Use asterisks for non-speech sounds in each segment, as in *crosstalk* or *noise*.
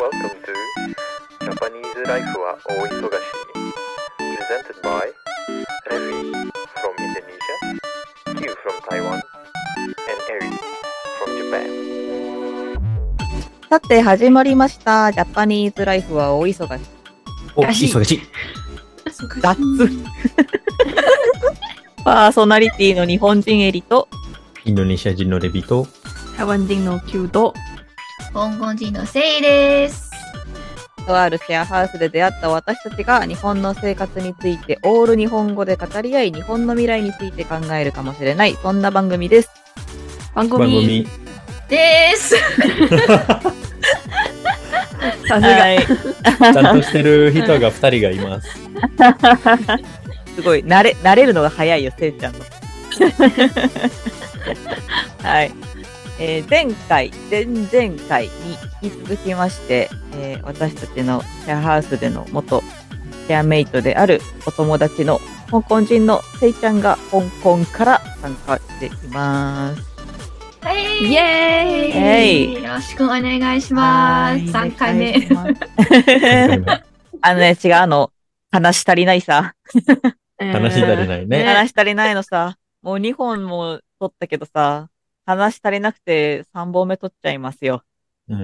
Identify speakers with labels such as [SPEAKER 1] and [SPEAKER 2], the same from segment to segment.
[SPEAKER 1] Welcome to Japanese Life は大忙しに Presented by Revi from Indonesia, Q from Taiwan, and Eri from Japan
[SPEAKER 2] さて始まりましたジャパニーズライフは大忙し
[SPEAKER 3] お、
[SPEAKER 4] らしい
[SPEAKER 3] 忙しい。
[SPEAKER 2] 雑パーソナリティの日本人エリと
[SPEAKER 3] インドネシア人のレビと、
[SPEAKER 4] 台湾人のキュート。
[SPEAKER 5] 香港人のせいです。
[SPEAKER 2] とあるシェアハウスで出会った私たちが日本の生活についてオール日本語で語り合い日本の未来について考えるかもしれないそんな番組です
[SPEAKER 4] 番
[SPEAKER 3] 番
[SPEAKER 4] 組
[SPEAKER 3] 組。、
[SPEAKER 5] です。
[SPEAKER 4] さすが。
[SPEAKER 2] い
[SPEAKER 3] ちゃんとしてる人が2人がい
[SPEAKER 2] *laughs*
[SPEAKER 3] ます。
[SPEAKER 2] すごい慣れ慣れるのが早いよせい
[SPEAKER 5] *laughs*
[SPEAKER 2] ちゃんのはい、えー前回前々回に引き続きまして、えー私たちのシェアハウスでの元シェアメイトであるお友達の香港人のせいちゃんが香港から参加しています
[SPEAKER 5] はい。
[SPEAKER 4] イエーイ
[SPEAKER 2] えい
[SPEAKER 5] よろしくお願いします。三回 *laughs*
[SPEAKER 2] お願い
[SPEAKER 5] 目
[SPEAKER 2] し。ます *laughs* あのね違うあの話し足りないさ
[SPEAKER 3] 話し足り
[SPEAKER 4] い。
[SPEAKER 3] ないね。
[SPEAKER 2] 話足りないのさ、もう2本も取ったけどさ、話足りなくて3本目取っちゃいますよ。
[SPEAKER 3] うん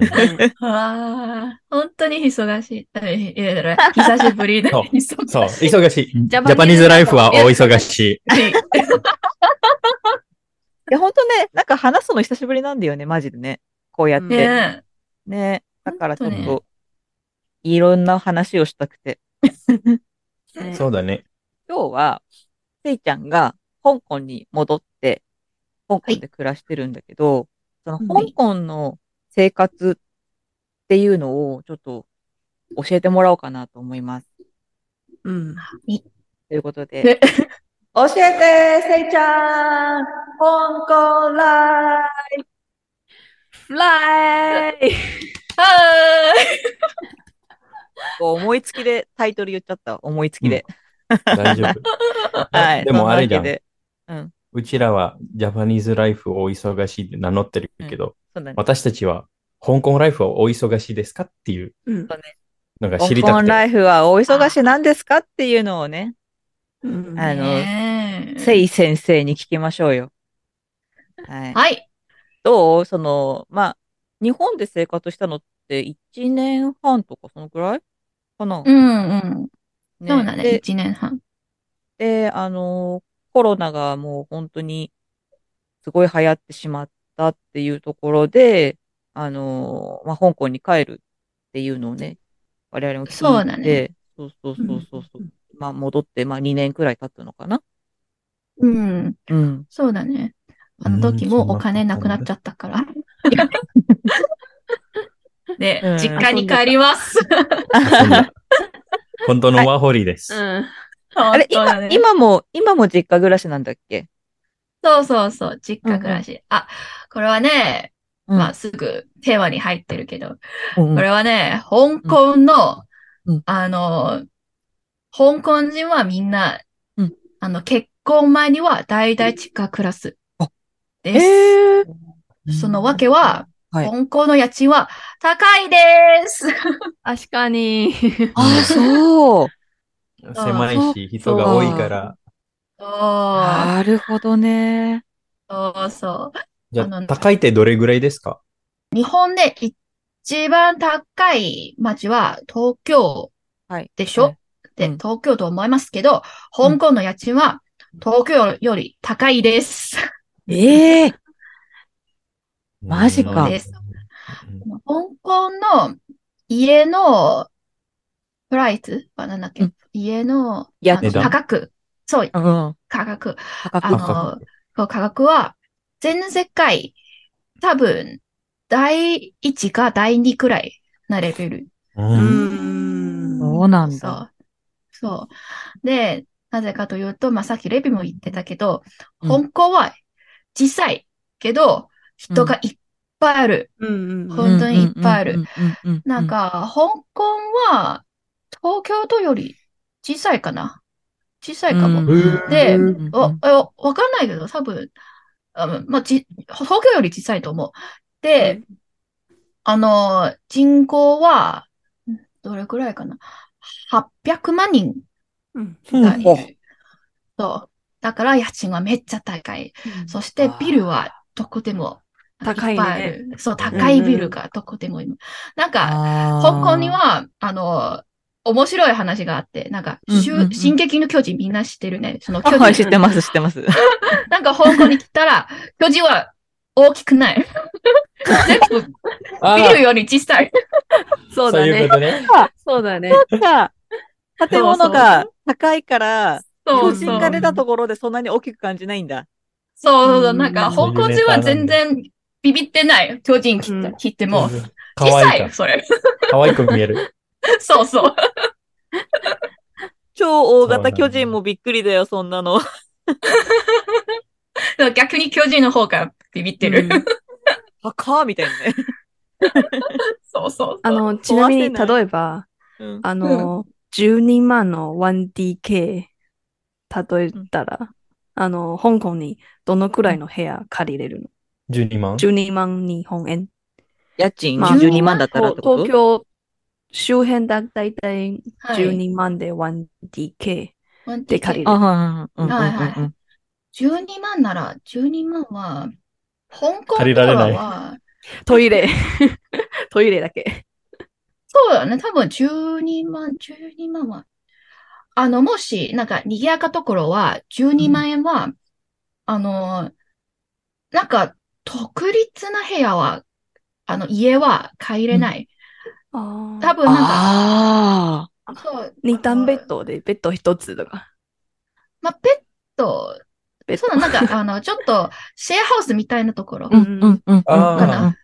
[SPEAKER 5] ああ、本当に忙しい。えいやだから久しぶりだ。
[SPEAKER 3] そう
[SPEAKER 5] 忙しい
[SPEAKER 3] そう、忙しい。ジ
[SPEAKER 5] ジャパニーズ
[SPEAKER 3] ャパニーズライフは大忙し
[SPEAKER 2] いや、ほんとね、なんか話すの久しぶりなんだよね、マジでね。こうやっ
[SPEAKER 5] ね
[SPEAKER 2] て。
[SPEAKER 5] え。
[SPEAKER 2] ね。だからちょっ
[SPEAKER 5] ほんと
[SPEAKER 2] と、いろんな話をしたくて。
[SPEAKER 3] い。そうだね。
[SPEAKER 2] 今日は、せいちゃんが香港に戻って、香港で暮らしてるんだけど、その
[SPEAKER 5] は
[SPEAKER 2] 香
[SPEAKER 5] い
[SPEAKER 2] 港の生活っていうのをちょっと教えてもらおうかなと思います。
[SPEAKER 4] うん。
[SPEAKER 2] ということで
[SPEAKER 5] ね。
[SPEAKER 2] 教えて、せいちゃん香港ライ
[SPEAKER 4] フライ。
[SPEAKER 5] はーい。
[SPEAKER 2] ブ思いつきでタイトル言っちゃった。思いつきで。
[SPEAKER 3] 大丈夫。
[SPEAKER 2] *laughs* はい。
[SPEAKER 3] でもあれじゃ。
[SPEAKER 2] そなんわけでうん。
[SPEAKER 3] うちらはジャパニーズライフ大忙しいって名乗ってるけど、
[SPEAKER 2] そうだね。
[SPEAKER 3] 私たちは香港ライフは大忙しいですかっていう
[SPEAKER 4] うん。
[SPEAKER 3] のが知り
[SPEAKER 2] 香
[SPEAKER 3] た
[SPEAKER 2] 港
[SPEAKER 3] く
[SPEAKER 2] ラ
[SPEAKER 3] て。
[SPEAKER 2] イフはお忙しなんですかっていうのをね、
[SPEAKER 4] うん
[SPEAKER 2] あの、
[SPEAKER 5] ねえ
[SPEAKER 2] せい先生に聞きましょうよ。はい。
[SPEAKER 5] はい。
[SPEAKER 2] どうその、まあ、日本で生活したのって1年半とかそのくらいかな、
[SPEAKER 5] うんうん。
[SPEAKER 2] ね
[SPEAKER 5] そうだね。
[SPEAKER 2] で
[SPEAKER 5] 一年半。
[SPEAKER 2] で、あの、コロナがもう本当にすごい流行ってしまったっていうところで、あの、まあ、香港に帰るっていうのをね、我々も聞いて、
[SPEAKER 5] そうだね
[SPEAKER 2] そうそうそうそうそう、まあ、戻って、まあ、2年くらい経ったのかな。
[SPEAKER 5] うん。 *laughs*
[SPEAKER 2] うん。
[SPEAKER 5] そうだね。あの時
[SPEAKER 3] うん
[SPEAKER 5] もお金なくなっちゃったから。 *laughs* で
[SPEAKER 2] うん、
[SPEAKER 5] 実家に帰ります。
[SPEAKER 3] そんな *laughs* 本当のワーホリです。
[SPEAKER 4] うん。
[SPEAKER 5] あ
[SPEAKER 2] あれ、今、今も、今も実家暮らしなんだっけ
[SPEAKER 5] そうそうそう、実家暮らし。あ、これはね、
[SPEAKER 2] うん
[SPEAKER 5] まあすぐテーマに入ってるけど、
[SPEAKER 2] うん
[SPEAKER 5] これはね、香港の
[SPEAKER 2] うん、
[SPEAKER 5] あの、香港人はみんな
[SPEAKER 2] うん、
[SPEAKER 5] あの、結婚前には大々実家暮らす
[SPEAKER 2] あ。
[SPEAKER 5] で
[SPEAKER 2] えー
[SPEAKER 5] す。そのわけは、
[SPEAKER 2] はい
[SPEAKER 5] 香港の家賃は高い
[SPEAKER 2] *laughs*
[SPEAKER 5] です。
[SPEAKER 4] 確かに。
[SPEAKER 2] ああ、
[SPEAKER 5] *laughs*
[SPEAKER 2] そう。
[SPEAKER 3] 狭いし、人が多いから。
[SPEAKER 5] そう
[SPEAKER 2] なるほどね。
[SPEAKER 5] そうそ
[SPEAKER 3] じゃ
[SPEAKER 5] あ
[SPEAKER 3] あ、
[SPEAKER 5] の
[SPEAKER 3] 高いってどれぐらいですか
[SPEAKER 5] う。日本で一番高い町は東京
[SPEAKER 2] はい。
[SPEAKER 5] でしょ、で、
[SPEAKER 2] うん
[SPEAKER 5] 東京と思いますけど、
[SPEAKER 2] うん
[SPEAKER 5] 香港の家賃は東京より高いです。
[SPEAKER 2] ええー、マジか
[SPEAKER 5] です香港の家のプライスはなんだっけ、
[SPEAKER 2] うん
[SPEAKER 5] 家の
[SPEAKER 2] 家
[SPEAKER 5] あの
[SPEAKER 3] 値段
[SPEAKER 5] 価格。そう、
[SPEAKER 2] うん。
[SPEAKER 5] 価格。
[SPEAKER 2] 高
[SPEAKER 5] あ
[SPEAKER 2] く
[SPEAKER 5] の、
[SPEAKER 3] 価
[SPEAKER 5] そう価格は全世界多分第1か第2くらいなレベル。
[SPEAKER 3] う。
[SPEAKER 4] うんん。
[SPEAKER 2] そうなん
[SPEAKER 5] そ
[SPEAKER 2] だ。
[SPEAKER 5] う。そう。で、なぜかというと、まあ、さっきレビも言ってたけど、
[SPEAKER 2] うん
[SPEAKER 5] 香港は小さいけど、人がいっぱいある。
[SPEAKER 4] うん。
[SPEAKER 5] ほ本当にいっぱいある
[SPEAKER 2] うんうんうんうん。
[SPEAKER 5] なんか、香港は東京都より小さいかな。小さいかも。
[SPEAKER 2] うん
[SPEAKER 3] うん
[SPEAKER 5] で
[SPEAKER 2] うんうんうん
[SPEAKER 5] わえわわかんないけど、多分、あまあ、ち東京より小さいと思う。で、あの、人口は、どれくらいかな ?800 万人
[SPEAKER 4] うん。
[SPEAKER 5] がい
[SPEAKER 2] ほう
[SPEAKER 5] る。そう。だから家賃はめっちゃ高い。そして
[SPEAKER 4] あー
[SPEAKER 5] ビルはどこでも
[SPEAKER 4] 高いね
[SPEAKER 5] っぱある。そう、高いビルがどこでもいる。なんか、
[SPEAKER 2] 香
[SPEAKER 5] 香港に、は、あの、面白い話があって、なんか、
[SPEAKER 2] うんうんうん
[SPEAKER 5] しゅ進撃の巨人みんな知ってるね。その巨
[SPEAKER 2] はい、知
[SPEAKER 5] 人。
[SPEAKER 2] ってます、知ってます。
[SPEAKER 5] なんか香港に来た
[SPEAKER 2] *laughs*
[SPEAKER 5] ら、巨人は大きくない。全部
[SPEAKER 3] あ
[SPEAKER 5] ビ
[SPEAKER 3] ー
[SPEAKER 5] ルより小さい。
[SPEAKER 3] そ
[SPEAKER 4] そう
[SPEAKER 3] う
[SPEAKER 4] だ
[SPEAKER 3] いう
[SPEAKER 4] ね
[SPEAKER 3] こ。とね。
[SPEAKER 4] そうだね。
[SPEAKER 2] そっか。建物が高いから、
[SPEAKER 5] そ
[SPEAKER 2] 巨
[SPEAKER 5] うそ
[SPEAKER 2] 人
[SPEAKER 5] う
[SPEAKER 2] が。出たところでそんなに大きく感じないんだ。
[SPEAKER 5] そうそうそう。なんか、香
[SPEAKER 3] そういう
[SPEAKER 5] 港
[SPEAKER 3] ネ
[SPEAKER 5] 人
[SPEAKER 3] タな
[SPEAKER 5] は
[SPEAKER 3] んだ
[SPEAKER 5] 全然ビビってない。巨人切った
[SPEAKER 4] うん
[SPEAKER 5] 切っても。
[SPEAKER 3] か
[SPEAKER 5] 小
[SPEAKER 3] わ
[SPEAKER 5] さ
[SPEAKER 3] い
[SPEAKER 5] い、
[SPEAKER 3] いか。
[SPEAKER 5] それ。
[SPEAKER 3] かわいく見える。
[SPEAKER 5] *laughs* そうそう。
[SPEAKER 2] 超大型巨人もびっくりだよ、そんなの。
[SPEAKER 5] 逆に巨人の方がビビってる。
[SPEAKER 4] うん
[SPEAKER 2] 高ーみたいなね。
[SPEAKER 5] そうそうそう。
[SPEAKER 4] あの、ちなみに、
[SPEAKER 2] 壊せない
[SPEAKER 4] 例えば、
[SPEAKER 2] うん
[SPEAKER 4] あの、12万の 1DK、例えたら、あの、香港にどのくらいの部屋借りれるの
[SPEAKER 3] 12万。
[SPEAKER 4] ?12 万日本円。
[SPEAKER 2] 家賃
[SPEAKER 4] まあ
[SPEAKER 2] 12万だったらってこと
[SPEAKER 4] 東京周辺だ、だいたい
[SPEAKER 5] はい
[SPEAKER 4] 12万で 1DK で借りる。
[SPEAKER 2] あ、はいはいはいうんうんうんうん。
[SPEAKER 5] 12万なら、12万は、香港
[SPEAKER 3] 借りられない
[SPEAKER 5] ドラは、
[SPEAKER 4] *laughs* トイレ。トイレだけ。
[SPEAKER 5] そうだね、多分12万、12万は、あの、もし、なんか、賑やかところは、12万円は、あの、なんか、特立な部屋は、あの、家は借りれない。
[SPEAKER 4] あ
[SPEAKER 5] 多分なんか、
[SPEAKER 2] あ
[SPEAKER 5] そう、
[SPEAKER 4] 二段ベ
[SPEAKER 5] あ
[SPEAKER 4] ッ
[SPEAKER 5] の
[SPEAKER 4] ドで、ベッド一つとか。
[SPEAKER 5] まあ、ベッド、
[SPEAKER 4] ベッ
[SPEAKER 5] そう
[SPEAKER 4] ド。
[SPEAKER 5] だ、なんか、あの、ちょっと、シェアハウスみたいなところ
[SPEAKER 2] あ。うんうんうん。
[SPEAKER 5] かな
[SPEAKER 3] あ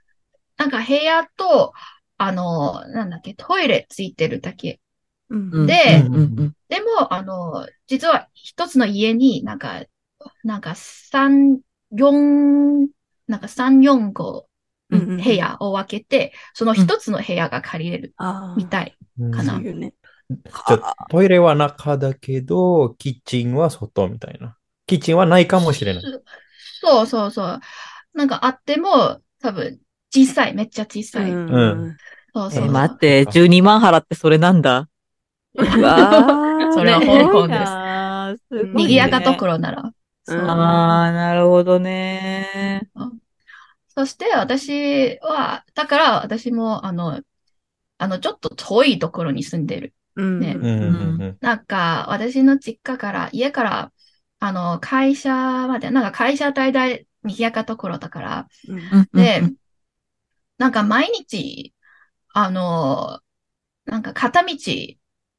[SPEAKER 5] なんか、部屋と、あの、なんだっけ、トイレついてるだけ。
[SPEAKER 4] *laughs* うん
[SPEAKER 5] で
[SPEAKER 2] うんうん
[SPEAKER 5] でも、あの、実は一つの家になんか、なんか三、四、なんか三、四個
[SPEAKER 4] うん
[SPEAKER 5] 部。屋を分けて、その一つの部屋が借りれる
[SPEAKER 4] ああ。
[SPEAKER 5] みたい。
[SPEAKER 3] うん
[SPEAKER 5] かな
[SPEAKER 4] そういうね。
[SPEAKER 3] ちょトイレは中だけど、キッチンは外みたいな。キッチンはないかもしれない。
[SPEAKER 5] そそうそうそう。なんかあっても、多分、小さい、めっちゃ小さい。
[SPEAKER 4] うん
[SPEAKER 3] うん
[SPEAKER 5] そう
[SPEAKER 2] え
[SPEAKER 5] そ
[SPEAKER 2] ー、
[SPEAKER 5] うそう。
[SPEAKER 2] 待って、12万払ってそれなんだ。う *laughs* わ
[SPEAKER 5] それは香港です
[SPEAKER 2] すごいね。
[SPEAKER 5] 賑やかとこ
[SPEAKER 2] ろ。
[SPEAKER 5] ろなら。そう
[SPEAKER 4] うん
[SPEAKER 2] ああ、なるほどね。
[SPEAKER 5] そして私は、だから私も、あの、あの、ちょっと遠いところに住んでる。
[SPEAKER 4] うん
[SPEAKER 5] ね
[SPEAKER 3] うんうんうん
[SPEAKER 5] なんか、私の実家から、家から、あの、会社まで、なんか会社大々にぎやかところだから、
[SPEAKER 4] うん
[SPEAKER 2] うんうん
[SPEAKER 5] で、なんか毎日、あの、なんか片道、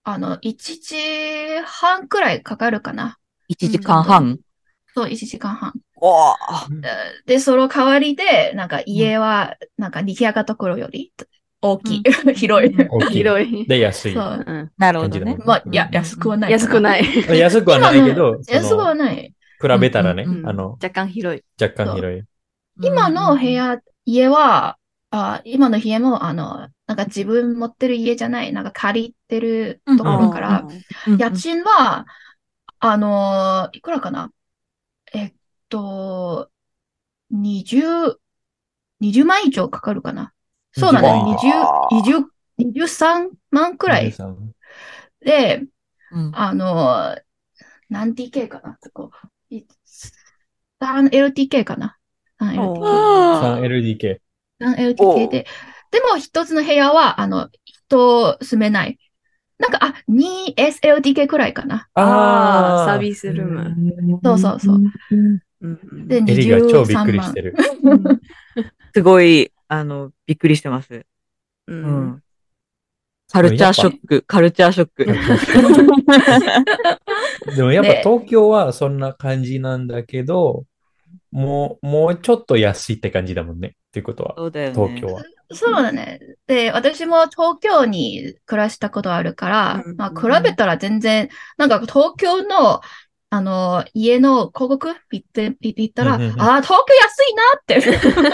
[SPEAKER 5] あの、1時半くらいかかるかな。
[SPEAKER 2] 1時間半。
[SPEAKER 5] そう、1時間半。
[SPEAKER 2] おー
[SPEAKER 5] で、その代わりで、なんか家は、なんかにぎやかところより大きい、 *laughs* 広い。
[SPEAKER 3] 大きい。
[SPEAKER 4] 広い。
[SPEAKER 3] で、安い。
[SPEAKER 5] そう。
[SPEAKER 4] うん
[SPEAKER 2] なるほ
[SPEAKER 3] 感
[SPEAKER 2] どね
[SPEAKER 3] じ。だね
[SPEAKER 5] まあ、や、安くはないか
[SPEAKER 4] 安くない。
[SPEAKER 3] *laughs* 安くはないけ
[SPEAKER 5] *laughs*
[SPEAKER 3] ど、その
[SPEAKER 5] 安くはない。
[SPEAKER 3] 比べたらね、
[SPEAKER 2] うんうん
[SPEAKER 4] うん
[SPEAKER 3] あの、
[SPEAKER 4] 若干広い。
[SPEAKER 3] 若干広い。
[SPEAKER 5] 今の部屋、家は、あ、今の家も、あの、なんか自分持ってる家じゃない、なんか借りてるところから、
[SPEAKER 2] うんうん、
[SPEAKER 5] 家賃は、あのーいくらかなえっと、20、20万以上かかるかなそうだね、20、20、23万くらい
[SPEAKER 3] 23
[SPEAKER 5] で、
[SPEAKER 2] うん
[SPEAKER 5] あのー、何 TK かなここ。い 3LTK かな ?3LTK。
[SPEAKER 2] あー
[SPEAKER 3] 3LDK。
[SPEAKER 2] お
[SPEAKER 5] 3LTK
[SPEAKER 2] う
[SPEAKER 5] で。でも、一つの部屋は、あの、人住めない。なんか、あ、2SLTK くらいかな。
[SPEAKER 4] ああ、サービスルーム。
[SPEAKER 2] ム
[SPEAKER 5] そうそうそう。
[SPEAKER 4] うん
[SPEAKER 5] で、
[SPEAKER 3] エリが超びっく
[SPEAKER 5] 23
[SPEAKER 3] りし
[SPEAKER 5] 万
[SPEAKER 3] て。る。
[SPEAKER 2] すごい、あの、びっくりしてます。
[SPEAKER 4] う。
[SPEAKER 2] うんん。カルチャーショック、カルチャーショック。
[SPEAKER 5] *laughs*
[SPEAKER 3] でもやっぱ
[SPEAKER 5] ね
[SPEAKER 3] 東京はそんな感じなんだけど、もう、もうちょっと安いって感じだもんね。っていうことは、
[SPEAKER 2] そうだよね。
[SPEAKER 3] 東京は。
[SPEAKER 5] そうだね。で、私も東京に暮らしたことあるから
[SPEAKER 4] うん、
[SPEAKER 5] まあ、比べたら全然、なんか東京の、あの、家の広告見て、見ていったら、あ
[SPEAKER 3] う
[SPEAKER 5] あ
[SPEAKER 3] んうんう
[SPEAKER 5] ー、
[SPEAKER 3] ん
[SPEAKER 5] 東京安いなって。それ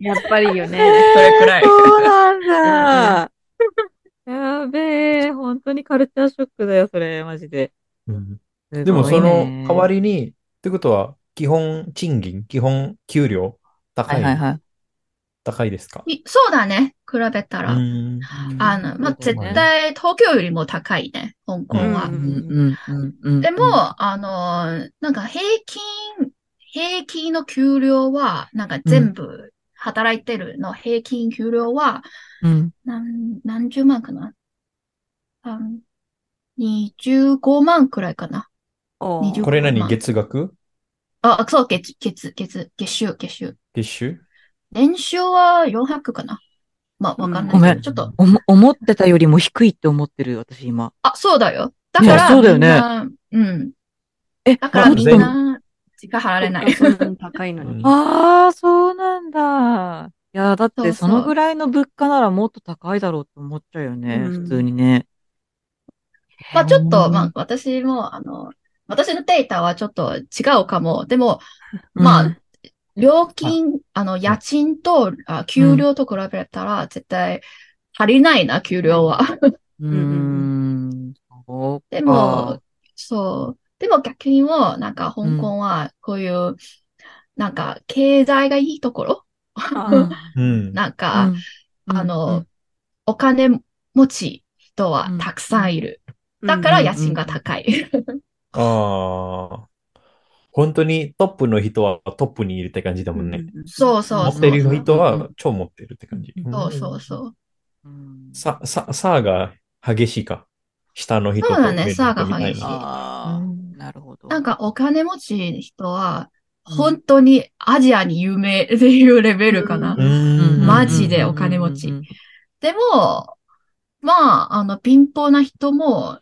[SPEAKER 2] *laughs*
[SPEAKER 4] やっぱりよね。
[SPEAKER 5] くらい。
[SPEAKER 2] そうなんだ。 *laughs* やべえ、本当にカルチャーショックだよ、それ、マジで。
[SPEAKER 3] うんでもその代わり
[SPEAKER 2] り、
[SPEAKER 3] に、ってことは、基本賃金、基本給料
[SPEAKER 2] は
[SPEAKER 3] 高
[SPEAKER 2] い
[SPEAKER 3] い
[SPEAKER 2] はいはい。
[SPEAKER 3] 高いですか
[SPEAKER 5] い *laughs* そうだね。比べた
[SPEAKER 3] う
[SPEAKER 5] ら。
[SPEAKER 3] ーん。
[SPEAKER 5] あの、まあ、
[SPEAKER 2] そう
[SPEAKER 5] 絶
[SPEAKER 2] だね
[SPEAKER 5] 対東京よりも高いね、香港
[SPEAKER 3] うん
[SPEAKER 5] は。で
[SPEAKER 2] で
[SPEAKER 5] も、、あの、なんか平均、平均の給料は、なんか全部働いてるの平均給料は、
[SPEAKER 2] うん
[SPEAKER 5] なん、何十万かなあの ?25 万くらいかな。
[SPEAKER 4] お
[SPEAKER 5] 20
[SPEAKER 3] これ何
[SPEAKER 5] まあ
[SPEAKER 3] 月額
[SPEAKER 5] あ、あそう、月、月、月、月収、月収。
[SPEAKER 3] 月収
[SPEAKER 5] 年収は400かな。まあ、わかん
[SPEAKER 2] ご
[SPEAKER 5] な
[SPEAKER 2] め
[SPEAKER 5] いけ
[SPEAKER 2] ん
[SPEAKER 5] ど、ちょっと、
[SPEAKER 2] おも思ってたよりも低いって思ってる、私今。
[SPEAKER 5] あ、そうだよ。だから、
[SPEAKER 2] ねそうだよね
[SPEAKER 5] みんなうん。
[SPEAKER 2] え、
[SPEAKER 5] だから
[SPEAKER 3] まあ
[SPEAKER 5] みん
[SPEAKER 3] 全部
[SPEAKER 5] な、時間払えない。
[SPEAKER 4] そんなに高いの
[SPEAKER 3] う
[SPEAKER 4] に
[SPEAKER 3] ん。
[SPEAKER 2] ああ、そうなんだ。いや、だっ
[SPEAKER 5] そう
[SPEAKER 2] て
[SPEAKER 5] そう
[SPEAKER 2] そのぐらいの物価ならもっと高いだろうと思っちゃうよね、
[SPEAKER 4] うん
[SPEAKER 2] 普通にね。
[SPEAKER 5] まあちょっと、
[SPEAKER 2] うん
[SPEAKER 5] まあ私も、あの、私のデータはちょっと違うかも。でも、ま
[SPEAKER 2] う
[SPEAKER 5] あ
[SPEAKER 2] ん、
[SPEAKER 5] 料金、あの、家賃と、あ、給料と比べたら、絶対足りないな、給料は。
[SPEAKER 2] うー
[SPEAKER 4] うん
[SPEAKER 2] ん。そう
[SPEAKER 5] *laughs* で
[SPEAKER 2] か
[SPEAKER 5] も、、そう。でも逆にも、なんか香港は、こういう、なんか、経済がいいところ
[SPEAKER 4] あ
[SPEAKER 3] うん。
[SPEAKER 5] なん
[SPEAKER 2] う
[SPEAKER 5] か、
[SPEAKER 2] ん
[SPEAKER 5] あ
[SPEAKER 2] うんう
[SPEAKER 5] の
[SPEAKER 2] ん、
[SPEAKER 5] お金持ち人はたくさんいる。だから家賃が高い。
[SPEAKER 3] ああ。本当にトップの人はトップにいるって感じだもんね。。
[SPEAKER 5] *laughs* そうそう
[SPEAKER 3] 持
[SPEAKER 5] そう。
[SPEAKER 3] ってる人は超持ってるって感じ。
[SPEAKER 5] そうそ
[SPEAKER 3] ん
[SPEAKER 5] うそう。
[SPEAKER 2] うん
[SPEAKER 3] さ、さ、さが激しいか。下の人
[SPEAKER 5] そうだね
[SPEAKER 3] と上の人みたいな
[SPEAKER 5] 差が激しい
[SPEAKER 2] ああ、なるほど。
[SPEAKER 5] なんかお金持ちの人は、本当にアジアに有名っていうレベルかな。
[SPEAKER 4] う
[SPEAKER 2] うん、
[SPEAKER 3] うーん。
[SPEAKER 5] マジでお金持ち
[SPEAKER 2] うん
[SPEAKER 5] でも、まあ、あの、貧乏な人も、
[SPEAKER 2] うん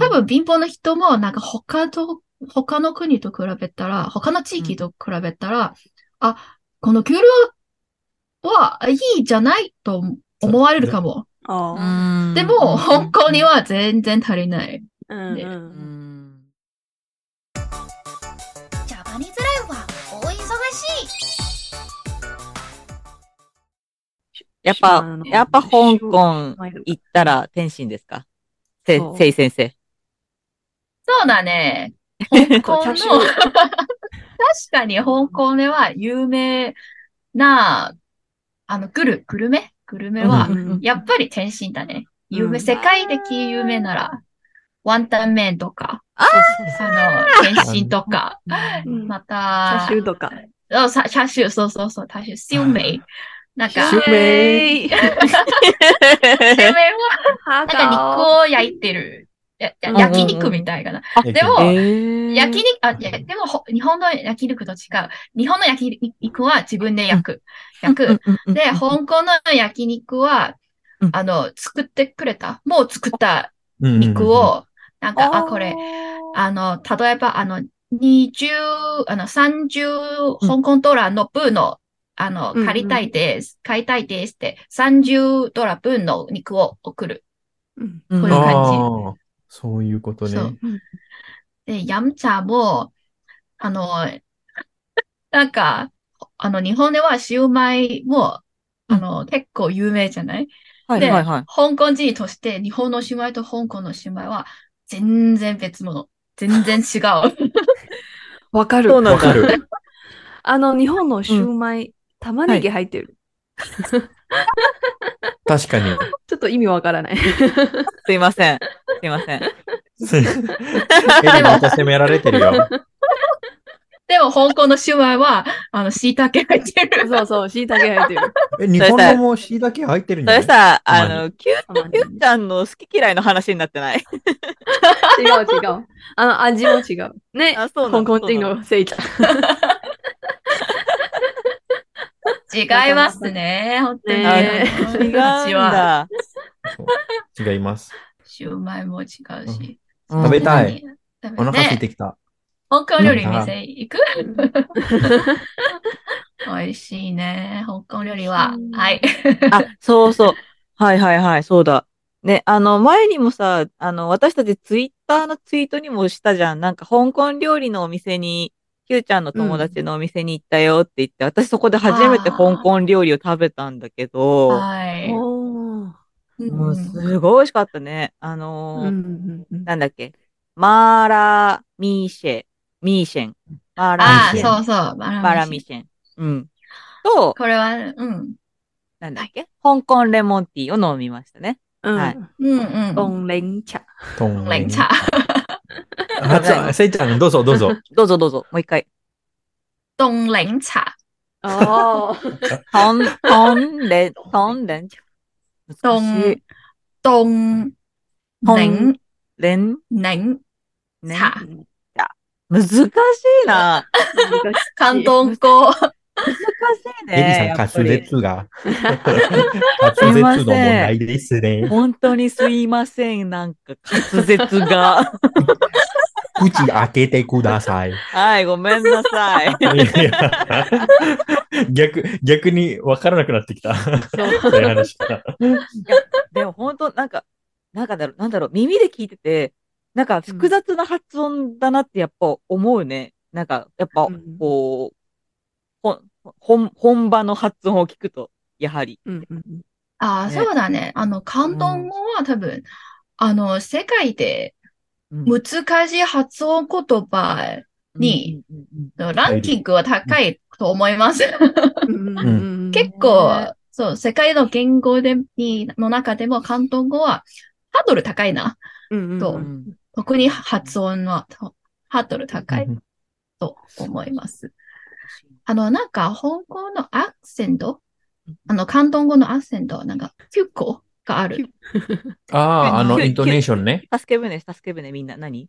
[SPEAKER 5] 多分貧乏な人も、なんか他と、他の国と比べたら、他の地域と比べたら、あ、この給料はあいいじゃないと思われるかも。
[SPEAKER 4] あ
[SPEAKER 2] う
[SPEAKER 4] あ。
[SPEAKER 2] ん
[SPEAKER 5] でも、香港に、は全然足りない。
[SPEAKER 4] うんう。
[SPEAKER 2] うんん
[SPEAKER 6] ジャパニーズライフは大忙しい
[SPEAKER 2] やっぱ
[SPEAKER 4] 島の、
[SPEAKER 2] やっぱ香港
[SPEAKER 4] 島の
[SPEAKER 2] 行ったら天津ですかせ
[SPEAKER 4] そう、
[SPEAKER 2] せい先生。
[SPEAKER 5] そう
[SPEAKER 2] *laughs*
[SPEAKER 5] だね。香港の、
[SPEAKER 4] キャッ
[SPEAKER 5] 確
[SPEAKER 4] シュ
[SPEAKER 5] かに香港では有名な、あの、グル、グルメグルメは
[SPEAKER 2] うん、
[SPEAKER 5] やっぱり天津だね。有名、
[SPEAKER 4] うん
[SPEAKER 5] 世界的有名なら、ワンタン麺とか、その、天津とか、
[SPEAKER 4] うん
[SPEAKER 5] ま
[SPEAKER 4] チャー
[SPEAKER 5] た
[SPEAKER 4] シ、ューとか。
[SPEAKER 5] あさチャーシュー、そうそうそう、チャーシュー、シュウメイ。なんか、シュウ
[SPEAKER 4] シュウメイ。
[SPEAKER 5] メイは、
[SPEAKER 4] なん
[SPEAKER 5] なんか肉を焼いてる、やや
[SPEAKER 2] うんうんうん
[SPEAKER 5] 焼肉みたいかな。
[SPEAKER 3] うん
[SPEAKER 5] でも
[SPEAKER 2] 焼
[SPEAKER 5] 焼肉、あ、いやでもほ、日本の焼肉と違う。日本の焼肉は自分で焼く。焼く。で、香港の焼肉は
[SPEAKER 2] うん、
[SPEAKER 5] あの、作ってくれた。もう作った
[SPEAKER 3] うんうんうん
[SPEAKER 5] 肉を、なんか、あ、これ、
[SPEAKER 4] れ。
[SPEAKER 5] あの、例えば、あの、20、あの、30香港ドラの分の、あの、
[SPEAKER 4] うんうん
[SPEAKER 5] 借りたいです。買いたいですって、30ドラ分の肉を送る。こういう感じ
[SPEAKER 3] ああ、そういうことね。
[SPEAKER 5] そうで、ヤムチャも、あの、 *laughs* なんか、あの、日本ではシューマイも、あの、結構有名じゃない
[SPEAKER 2] はい
[SPEAKER 5] で
[SPEAKER 2] はいはい。
[SPEAKER 5] 香港人として日本のシューマイと香港のシューマイは全然別物。全然
[SPEAKER 4] *laughs*
[SPEAKER 5] 違う。
[SPEAKER 4] わかる。
[SPEAKER 2] そうなん
[SPEAKER 3] わ
[SPEAKER 2] だ
[SPEAKER 3] かる。
[SPEAKER 5] *laughs*
[SPEAKER 4] あの、日本のシューマイ、玉ねぎ入ってる。
[SPEAKER 3] 確か
[SPEAKER 5] *laughs*
[SPEAKER 3] に。
[SPEAKER 4] ちょっと意味わからない。
[SPEAKER 2] すいません。すいません。
[SPEAKER 3] エリまた責められてるよ。
[SPEAKER 5] でも香港のシューマイは、あの、椎茸入ってる。
[SPEAKER 4] *laughs* そうそう、椎茸入ってる。
[SPEAKER 3] え、日本のも椎茸入ってるん
[SPEAKER 2] そ
[SPEAKER 3] じゃ
[SPEAKER 2] れ
[SPEAKER 3] ない
[SPEAKER 2] さ、
[SPEAKER 3] ま
[SPEAKER 2] あ
[SPEAKER 3] に
[SPEAKER 2] の、キュ
[SPEAKER 4] たまに
[SPEAKER 2] キュッちゃんの好き嫌いの話になってない。
[SPEAKER 4] 違う違う。あの、味も違う。ね、
[SPEAKER 2] あ
[SPEAKER 4] 香
[SPEAKER 2] そうなの
[SPEAKER 4] 港人のせいじゃん。
[SPEAKER 5] 違いますね。本当に。
[SPEAKER 4] あ
[SPEAKER 2] ね
[SPEAKER 5] あの
[SPEAKER 2] 違うん。だ。
[SPEAKER 3] そう違います。
[SPEAKER 5] シューマイも違うし。
[SPEAKER 2] うん
[SPEAKER 3] 食べたい。
[SPEAKER 5] 食べ
[SPEAKER 3] お
[SPEAKER 5] て
[SPEAKER 3] 腹空いてきた。
[SPEAKER 5] 香港料理店行く美味しいね。香港料理は。はい。
[SPEAKER 2] あ、そうそう。はいはいはい、そうだ。ね、あの、前にもさ、あの、私たちツイッターのツイートにもしたじゃん。なんか、香港料理のお店に、キューちゃんの友達のお店に行ったよって言って、私そこで初めて香港料理を食べたんだけど、
[SPEAKER 5] はい。
[SPEAKER 4] おー
[SPEAKER 2] もう
[SPEAKER 5] うん
[SPEAKER 2] すごい美味しかったね。あの
[SPEAKER 4] う
[SPEAKER 2] ー
[SPEAKER 4] んうんうん
[SPEAKER 2] なんだっけ、マーラーミーシェ、ミーシェン。マーラ
[SPEAKER 5] あ
[SPEAKER 2] ー
[SPEAKER 5] あ、
[SPEAKER 2] ミーシェン。
[SPEAKER 5] そうそう。バ
[SPEAKER 2] マーラ
[SPEAKER 5] ラ
[SPEAKER 2] ー
[SPEAKER 5] ミ
[SPEAKER 2] ミー
[SPEAKER 5] シ。
[SPEAKER 2] シェン。うん。と、
[SPEAKER 5] これは、うん。
[SPEAKER 2] なんだっけ香港レモンティーを飲みましたね。
[SPEAKER 4] うん。
[SPEAKER 2] はい
[SPEAKER 5] うんうん。
[SPEAKER 4] ドンレン茶。
[SPEAKER 3] トン
[SPEAKER 5] レンチャー。
[SPEAKER 3] あ、じゃあ、せいちゃん、どうぞどうぞ。
[SPEAKER 2] どうぞどうぞ、もう一回。
[SPEAKER 5] ドンレンチャー。
[SPEAKER 4] ああ。 *laughs*
[SPEAKER 2] トン、トンレン、トンレンチャ。難
[SPEAKER 5] ド
[SPEAKER 2] しい
[SPEAKER 5] ン、ドン、
[SPEAKER 2] ドン
[SPEAKER 5] レン、
[SPEAKER 2] レン、
[SPEAKER 5] レン、
[SPEAKER 2] ね
[SPEAKER 5] 茶。
[SPEAKER 2] 難しいな。
[SPEAKER 5] 関東語。
[SPEAKER 2] 難しい
[SPEAKER 3] エリ
[SPEAKER 2] ね。
[SPEAKER 3] さん、滑
[SPEAKER 2] やっぱり
[SPEAKER 3] 舌が。滑舌の問題ですね。
[SPEAKER 2] 本当にすいません。なんか滑舌が。
[SPEAKER 3] 口開けてください。
[SPEAKER 2] はい、ごめんなさい。
[SPEAKER 3] いや逆、逆に分からなくなってきた。そういう話か。
[SPEAKER 2] でも本当、なんか、なんかだろう、なんだろう、耳で聞いてて、なんか複雑な発音だなってやっぱ思うね。なんか、やっぱ
[SPEAKER 4] うん、
[SPEAKER 2] こう、ほん本、本場の発音を聞くと、やはり。
[SPEAKER 4] うんうんうん
[SPEAKER 5] ああ、
[SPEAKER 2] ね
[SPEAKER 5] そうだね。あの、関東語は多分、あの、世界で
[SPEAKER 2] うん
[SPEAKER 5] 難しい発音言葉に、
[SPEAKER 2] うんうんうん
[SPEAKER 5] のランキングは高いと思います。 *laughs*
[SPEAKER 4] うんうんうん
[SPEAKER 5] 結構、そう、世界の言語で、に、の中でも関東語はハードル高いな。
[SPEAKER 4] うんうん
[SPEAKER 5] と
[SPEAKER 2] う
[SPEAKER 4] うん
[SPEAKER 2] ん
[SPEAKER 5] 特に発音はとハードル高いと思います。あの、なんか、香港のアクセントあの、関東語のアクセント、なんか、9個がある。
[SPEAKER 3] ああ、あの、イントネーションね。
[SPEAKER 2] 助け舟、助け舟、みんな、何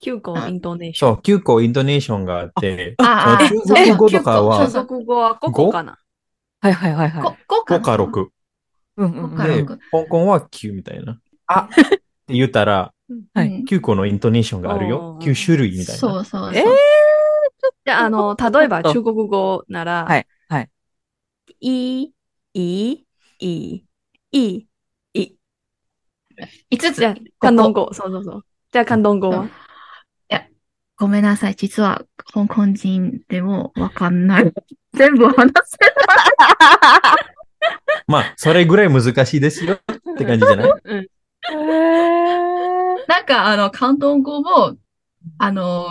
[SPEAKER 4] 九個イントネーション。
[SPEAKER 3] そう、9個イントネーションがあって、
[SPEAKER 5] ああ、
[SPEAKER 3] 中
[SPEAKER 5] そう
[SPEAKER 3] 国語とかは
[SPEAKER 5] そうそう
[SPEAKER 4] 中国語は五個かな。
[SPEAKER 2] はいはいはいは
[SPEAKER 5] 5
[SPEAKER 2] い。
[SPEAKER 5] 個
[SPEAKER 3] 5
[SPEAKER 5] か
[SPEAKER 3] か
[SPEAKER 5] な。
[SPEAKER 3] 6。
[SPEAKER 2] うんう
[SPEAKER 5] 五
[SPEAKER 2] んう
[SPEAKER 5] か
[SPEAKER 2] ん
[SPEAKER 3] で、
[SPEAKER 5] 六
[SPEAKER 3] 香港は9みたいな。
[SPEAKER 2] あ
[SPEAKER 3] って言ったら、
[SPEAKER 2] はい
[SPEAKER 5] うん
[SPEAKER 3] 9個のイントネーションがあるよ
[SPEAKER 4] お。ー
[SPEAKER 3] 9種類みたい
[SPEAKER 5] そ
[SPEAKER 3] な。
[SPEAKER 5] うそうそう。
[SPEAKER 2] えー
[SPEAKER 4] じゃあ、あの、例えば
[SPEAKER 2] ちょっ
[SPEAKER 4] 中
[SPEAKER 2] と
[SPEAKER 4] 国語なら、
[SPEAKER 2] はいはい。
[SPEAKER 4] い、い、い、い、い。
[SPEAKER 5] 5
[SPEAKER 4] じゃあ
[SPEAKER 5] つ。、
[SPEAKER 4] 関東語。そうそうそう。じゃあ、関東語は。
[SPEAKER 5] ごめんなさい。実は、香港人でもわかんない。全部話せ
[SPEAKER 3] まあ、それぐらい難しいですよって感じじゃない
[SPEAKER 5] なんか、あの、関東語も、あの、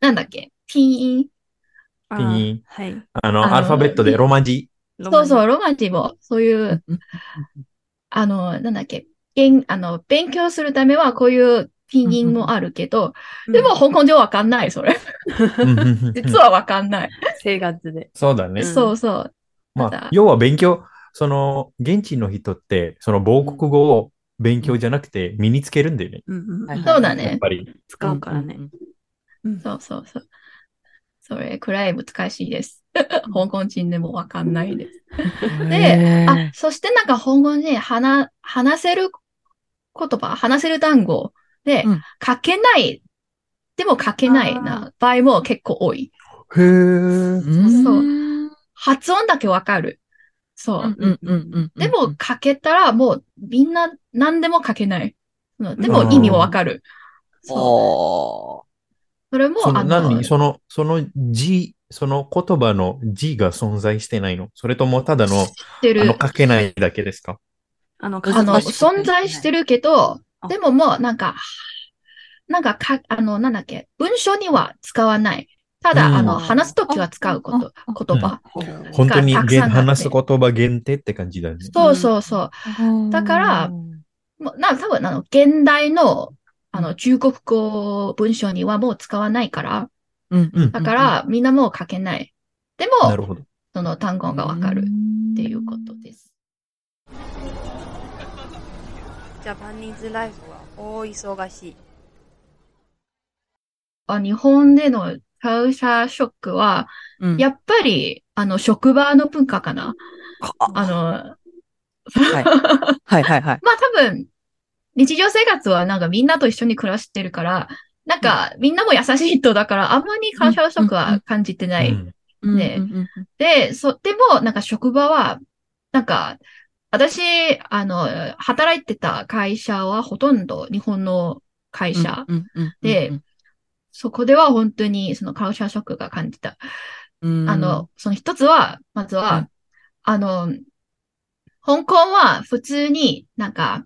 [SPEAKER 5] なんだっけ、ピンイン。
[SPEAKER 4] あ
[SPEAKER 3] ピン
[SPEAKER 4] ー
[SPEAKER 3] イン
[SPEAKER 4] はい。。
[SPEAKER 3] あ
[SPEAKER 5] あの
[SPEAKER 3] の、アルファベットでロマ字。
[SPEAKER 5] そうそうう、ロマンチも、そういう
[SPEAKER 2] うん、
[SPEAKER 5] あの、なんだっけ、げんあの、勉強するためは、こういうピンインもあるけど、でも、香港ではわかんない、それ。
[SPEAKER 3] うんうんうんうん
[SPEAKER 5] 実はわかんない。
[SPEAKER 4] 生活で。
[SPEAKER 3] そうだね。
[SPEAKER 5] そうそう。
[SPEAKER 3] ま
[SPEAKER 5] ただ
[SPEAKER 3] あ、要は勉強、その、現地の人って、その母国語を勉強じゃなくて身につけるんだよね。
[SPEAKER 4] うんうん
[SPEAKER 2] はい
[SPEAKER 5] そうだ
[SPEAKER 3] やっ
[SPEAKER 5] ね。
[SPEAKER 3] ぱり。
[SPEAKER 4] 使うからね。。
[SPEAKER 5] そうそうそう。それくらい難しいです。香港人でもわかんないです。
[SPEAKER 2] で
[SPEAKER 5] あ、そしてなんか香港人話、話せる言葉、話せる単語で
[SPEAKER 2] うん、
[SPEAKER 5] 書けない、でも書けないな場合も結構多い。
[SPEAKER 3] へー。
[SPEAKER 5] そう
[SPEAKER 2] うん
[SPEAKER 5] 発音だけわかる。そう。
[SPEAKER 2] うんうんうん。
[SPEAKER 5] でも書けたらもうみんな何でも書けない。うんでも
[SPEAKER 3] うん
[SPEAKER 5] 意味もわかる。そう。
[SPEAKER 2] お
[SPEAKER 5] それも、
[SPEAKER 3] その
[SPEAKER 5] あの、
[SPEAKER 3] 何その、その字、その言葉の字が存在してないのそれともただの、
[SPEAKER 5] 知って
[SPEAKER 3] あ
[SPEAKER 5] る
[SPEAKER 3] の、。書けないだけですか
[SPEAKER 4] あの、
[SPEAKER 5] あの、
[SPEAKER 2] 難しくて
[SPEAKER 5] 存在してるけど、
[SPEAKER 4] あ
[SPEAKER 5] でももうなんか、なんかか、あの、なんだっけ、文章には使わない。ただ、
[SPEAKER 3] うん
[SPEAKER 5] あの、話すときは使うこと、言葉。
[SPEAKER 3] 本当に
[SPEAKER 5] たく
[SPEAKER 3] げん
[SPEAKER 5] さんだって
[SPEAKER 3] 話す言葉限定って感じだよね。
[SPEAKER 5] そうそうそ
[SPEAKER 2] ー
[SPEAKER 5] だからう。もうな、多分、あの、現代の、あの、中国語文章にはもう使わないから、
[SPEAKER 2] うんうん
[SPEAKER 5] だか、ら、みんなもう書けない。で
[SPEAKER 3] なる
[SPEAKER 5] も、
[SPEAKER 3] ほど。
[SPEAKER 5] その単語がわかるっていうことです。
[SPEAKER 7] ジャパニーズライフは大忙しい。
[SPEAKER 5] あ日本でのカウシャーショックは、
[SPEAKER 2] うん。
[SPEAKER 5] やっぱり、あの、職場の文化かな。あの、
[SPEAKER 2] はいはいはいはい。
[SPEAKER 5] まあ多分、日常生活はなんかみんなと一緒に暮らしてるから、なんかみんなも優しい人だからあんまり感謝不足は感じてな
[SPEAKER 3] う
[SPEAKER 5] い。
[SPEAKER 3] ん
[SPEAKER 5] *laughs* ね
[SPEAKER 2] うんうんうん
[SPEAKER 5] で、そ、でもなんか職場は、なんか、私、あの、働いてた会社はほとんど日本の会社。
[SPEAKER 2] うんうんうん
[SPEAKER 5] でそこでは本当にその感謝不足が感じた。
[SPEAKER 2] うん
[SPEAKER 5] あの、、その一つは、まずは、あの、香港は普通になんか、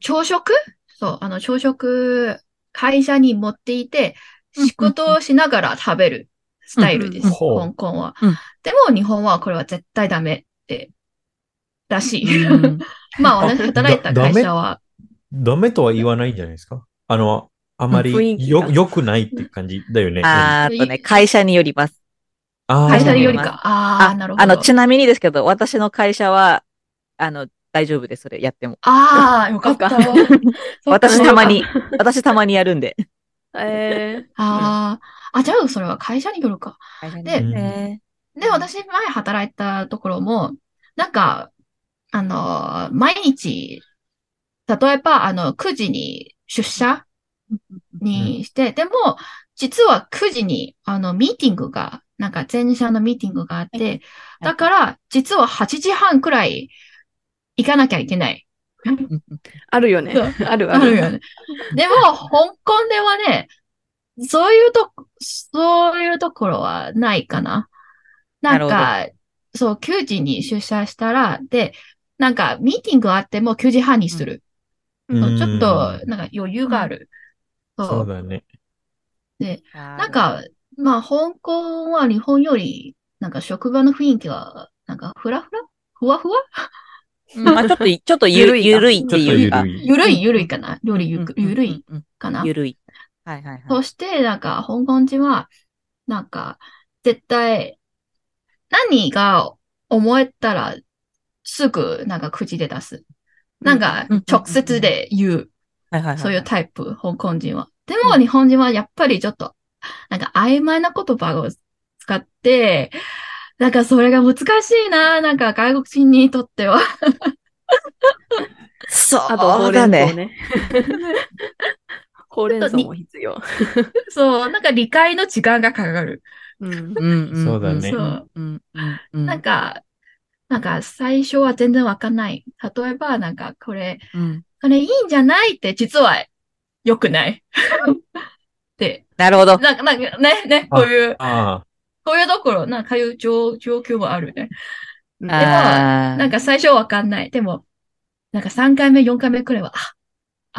[SPEAKER 5] 朝食そう、あの、朝食、会社に持っていて、
[SPEAKER 2] うん
[SPEAKER 5] 仕事をしながら食べる。スタイルです。
[SPEAKER 3] うんほう
[SPEAKER 5] 香港は、
[SPEAKER 2] うん
[SPEAKER 5] でも日本はこれは絶対ダメって、らしい。 *laughs*
[SPEAKER 2] うん
[SPEAKER 5] まあ、私働いた会社は、
[SPEAKER 3] ダメとは言わないんじゃないですかあの、あま
[SPEAKER 4] うん雰囲
[SPEAKER 3] り
[SPEAKER 4] 気
[SPEAKER 3] よ
[SPEAKER 4] が、
[SPEAKER 3] 良くないって感じだよね。
[SPEAKER 2] あーあとね、会社によります。
[SPEAKER 3] あー
[SPEAKER 5] 会社により
[SPEAKER 2] うん
[SPEAKER 5] か。ああ、なるほど。
[SPEAKER 2] あの、ちなみにですけど、私の会社は、あの、大丈夫です、それやっても。
[SPEAKER 5] ああ、よかった。
[SPEAKER 4] そっか
[SPEAKER 2] 私たまに、私たまにやるんで。
[SPEAKER 4] え
[SPEAKER 5] ああ、あ、じゃあ、それは会社によるか。で
[SPEAKER 2] ね
[SPEAKER 5] で、私、前働いたところも、なんか、あのー、毎日、例えば、あの、9時に出社にして、でも、実は9時に、あの、ミーティングが、なんか、前社のミーティングがあって、だから、実は8時半くらい行かなきゃいけない。
[SPEAKER 4] ーあるよね
[SPEAKER 5] そう。
[SPEAKER 4] あるあ
[SPEAKER 5] ある
[SPEAKER 4] る。
[SPEAKER 5] よね。 *laughs* でも、香港ではね、そういうとこ、そういうところはないかな。なん
[SPEAKER 2] な
[SPEAKER 5] か、そう、9時に出社したら、で、なんか、ミーティングあっても9時半にする。
[SPEAKER 3] うん
[SPEAKER 5] そうちょっと
[SPEAKER 3] う、ん
[SPEAKER 5] なんか余裕がある。
[SPEAKER 3] そうだね。
[SPEAKER 2] な
[SPEAKER 5] なん、か、まあ、香港は日本より、なんか職場の雰囲気が、なんか、ふらふらふわふわ
[SPEAKER 2] うんまあちょっと、ちょっとゆるゆるいっ
[SPEAKER 3] ちょ
[SPEAKER 2] て
[SPEAKER 3] っと
[SPEAKER 2] いうか
[SPEAKER 3] 緩。い。
[SPEAKER 5] ゆるい、ゆるいかなよりゆくゆるい
[SPEAKER 2] うんうん
[SPEAKER 5] か
[SPEAKER 2] う。
[SPEAKER 5] なん
[SPEAKER 2] ゆるい。はいはいは
[SPEAKER 5] そ
[SPEAKER 2] い。
[SPEAKER 5] して、なんか、香港人は、なんか、絶対、何が思えたら、すぐ、なんか、口で出す。なんか
[SPEAKER 2] うん、
[SPEAKER 5] 直接で言う。
[SPEAKER 2] はいはいは
[SPEAKER 5] そういうタイプ、香港人は。でも、日本人はやっぱりちょっと、なんか、曖昧な言葉を使って、なんか、それが難しいな、なんか、外国人にとっては。 *laughs*
[SPEAKER 2] そう
[SPEAKER 4] あと、ほうれ
[SPEAKER 2] だ
[SPEAKER 4] ん草
[SPEAKER 2] ね。
[SPEAKER 4] ね。ほうれん
[SPEAKER 5] *laughs*
[SPEAKER 4] 草も必要。
[SPEAKER 5] そう、なんか、理解の時間がかかる。
[SPEAKER 4] うん。
[SPEAKER 2] うんん
[SPEAKER 3] そうだね
[SPEAKER 5] そう。
[SPEAKER 2] うんうんうん
[SPEAKER 5] なんか、なんか最初は全然わかんない。例えば、なんかこれ、
[SPEAKER 2] うん
[SPEAKER 5] これいいんじゃないって実は良くない。 *laughs* って、
[SPEAKER 2] なるほど。
[SPEAKER 5] なんか、なんかね、ね、こういう、
[SPEAKER 3] あ
[SPEAKER 5] こういうところ、なんかこういう状状況もあるね。
[SPEAKER 4] うん
[SPEAKER 2] あー
[SPEAKER 5] なんか最初はわかんない。でも、なんか3回目、4回目くらいは、あ、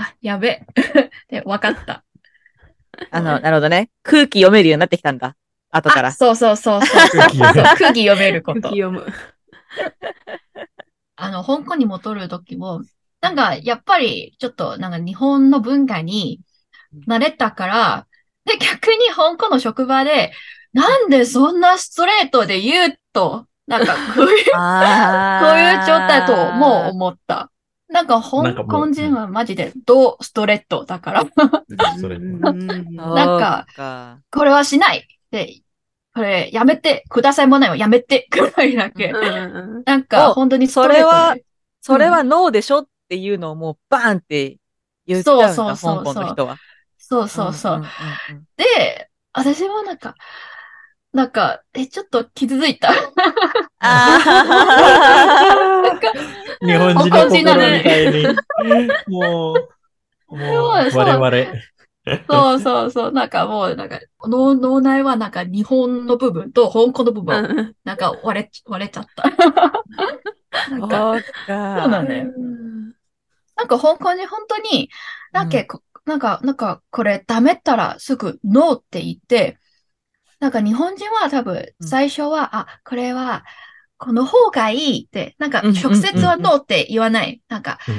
[SPEAKER 5] あ、やべ。 *laughs* で、わかった。
[SPEAKER 2] あの、なるほどね。空気読めるようになってきたんだ。後か
[SPEAKER 5] あ、
[SPEAKER 2] ら。
[SPEAKER 5] そうそうそうそう。
[SPEAKER 3] あ。
[SPEAKER 2] *laughs*
[SPEAKER 5] そう *laughs* 空気読めること。
[SPEAKER 4] 読む。
[SPEAKER 5] あの、香港に戻るときも、なんか、やっぱり、ちょっと、なんか日本の文化に慣れたから、で、逆に香港の職場で、なんでそんなストレートで言うと、なんか、こういう、こう
[SPEAKER 2] あー
[SPEAKER 5] いう状態ともう思った。なんか、香港人はマジで、どうストレートだから、
[SPEAKER 3] *laughs* それ
[SPEAKER 4] うん
[SPEAKER 5] なんか
[SPEAKER 2] そうか。
[SPEAKER 5] これはしないで、これ、やめて、くださいもないはやめて、くらいだ
[SPEAKER 4] う。
[SPEAKER 5] け
[SPEAKER 4] んうん
[SPEAKER 5] なんか、
[SPEAKER 2] お
[SPEAKER 5] 本当にストレートで
[SPEAKER 2] それはそれはノーでしょっていうのをもうバーンって言っちゃうんだ、
[SPEAKER 5] そうそうそうそ
[SPEAKER 2] 香港
[SPEAKER 5] う
[SPEAKER 2] の人は。
[SPEAKER 5] そうそうそう。
[SPEAKER 2] んんうんうん
[SPEAKER 5] で、私もなんか、なんか、え、ちょっと傷つい
[SPEAKER 4] *laughs*
[SPEAKER 5] た。
[SPEAKER 2] あー
[SPEAKER 3] 日本人の心みたいに。もう、もう、
[SPEAKER 5] そうそう
[SPEAKER 3] 我々。
[SPEAKER 5] そうそうそう。なんかもう、なんか、脳、脳内はなんか日本の部分と香港の部分、
[SPEAKER 4] うん
[SPEAKER 5] なんか割れち、割れちゃった。
[SPEAKER 4] *laughs*
[SPEAKER 5] なんか、
[SPEAKER 2] そうか。
[SPEAKER 5] そうなんだよ。なんか香港に本当に、なんか、こなんか、なんか、これダメったらすぐノーって言って、なんか日本人は多分
[SPEAKER 2] うん
[SPEAKER 5] 最初は、あ、これは、この方がいいって、なんか
[SPEAKER 2] うんうん
[SPEAKER 5] 直接はノーって言わない。なんか
[SPEAKER 3] うん、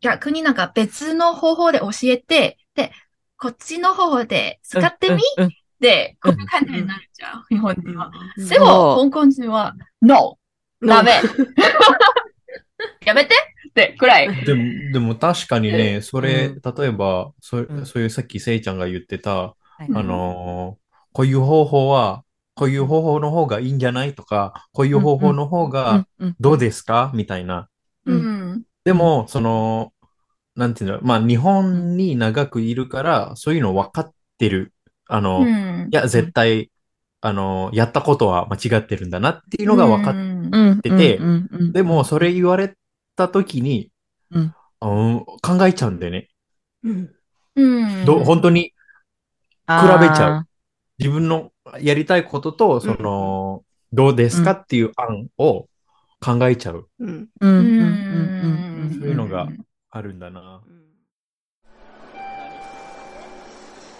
[SPEAKER 5] 逆になんか別の方法で教えて、で、こっちの方法で使ってみっ
[SPEAKER 2] うんうん
[SPEAKER 5] て、こ
[SPEAKER 3] うん
[SPEAKER 5] ういう感じになるじゃん、日本人は。
[SPEAKER 4] うん
[SPEAKER 5] でも、香港人は、ノーダメ *laughs* やめてってくらい。
[SPEAKER 3] でも、でも確かにね、それ、
[SPEAKER 2] うん
[SPEAKER 3] 例えば、そ
[SPEAKER 2] うん
[SPEAKER 3] そういうさっきせいちゃんが言ってた、
[SPEAKER 2] はい
[SPEAKER 3] あのーこういう方法は、こういう方法の方がいいんじゃないとか、こういう方法の方が
[SPEAKER 2] うんうん
[SPEAKER 3] どうですかみたいな。
[SPEAKER 2] う
[SPEAKER 5] うん。
[SPEAKER 3] でも、その、なんていうの、まあ、日本に長くいるから、そういうの分かってる。あの、
[SPEAKER 5] う
[SPEAKER 3] い
[SPEAKER 5] ん。
[SPEAKER 3] や、絶対、あの、やったことは間違ってるんだなっていうのが分かっ
[SPEAKER 5] うん
[SPEAKER 2] うん
[SPEAKER 3] てて
[SPEAKER 2] うんうんうん
[SPEAKER 3] でも、それ言われた時に、
[SPEAKER 2] うん
[SPEAKER 3] あの考えちゃうんだよね。
[SPEAKER 4] うん
[SPEAKER 5] うん。
[SPEAKER 3] ど本当に
[SPEAKER 2] あー
[SPEAKER 3] 比べちゃう自分のやりたいことと、その、どうですかっていう案を考えちゃう。
[SPEAKER 4] うん
[SPEAKER 2] うん
[SPEAKER 5] う
[SPEAKER 2] うんん
[SPEAKER 5] う
[SPEAKER 2] うん
[SPEAKER 5] ん
[SPEAKER 2] ん
[SPEAKER 5] ん
[SPEAKER 2] うん
[SPEAKER 3] そういうのがあるんだな。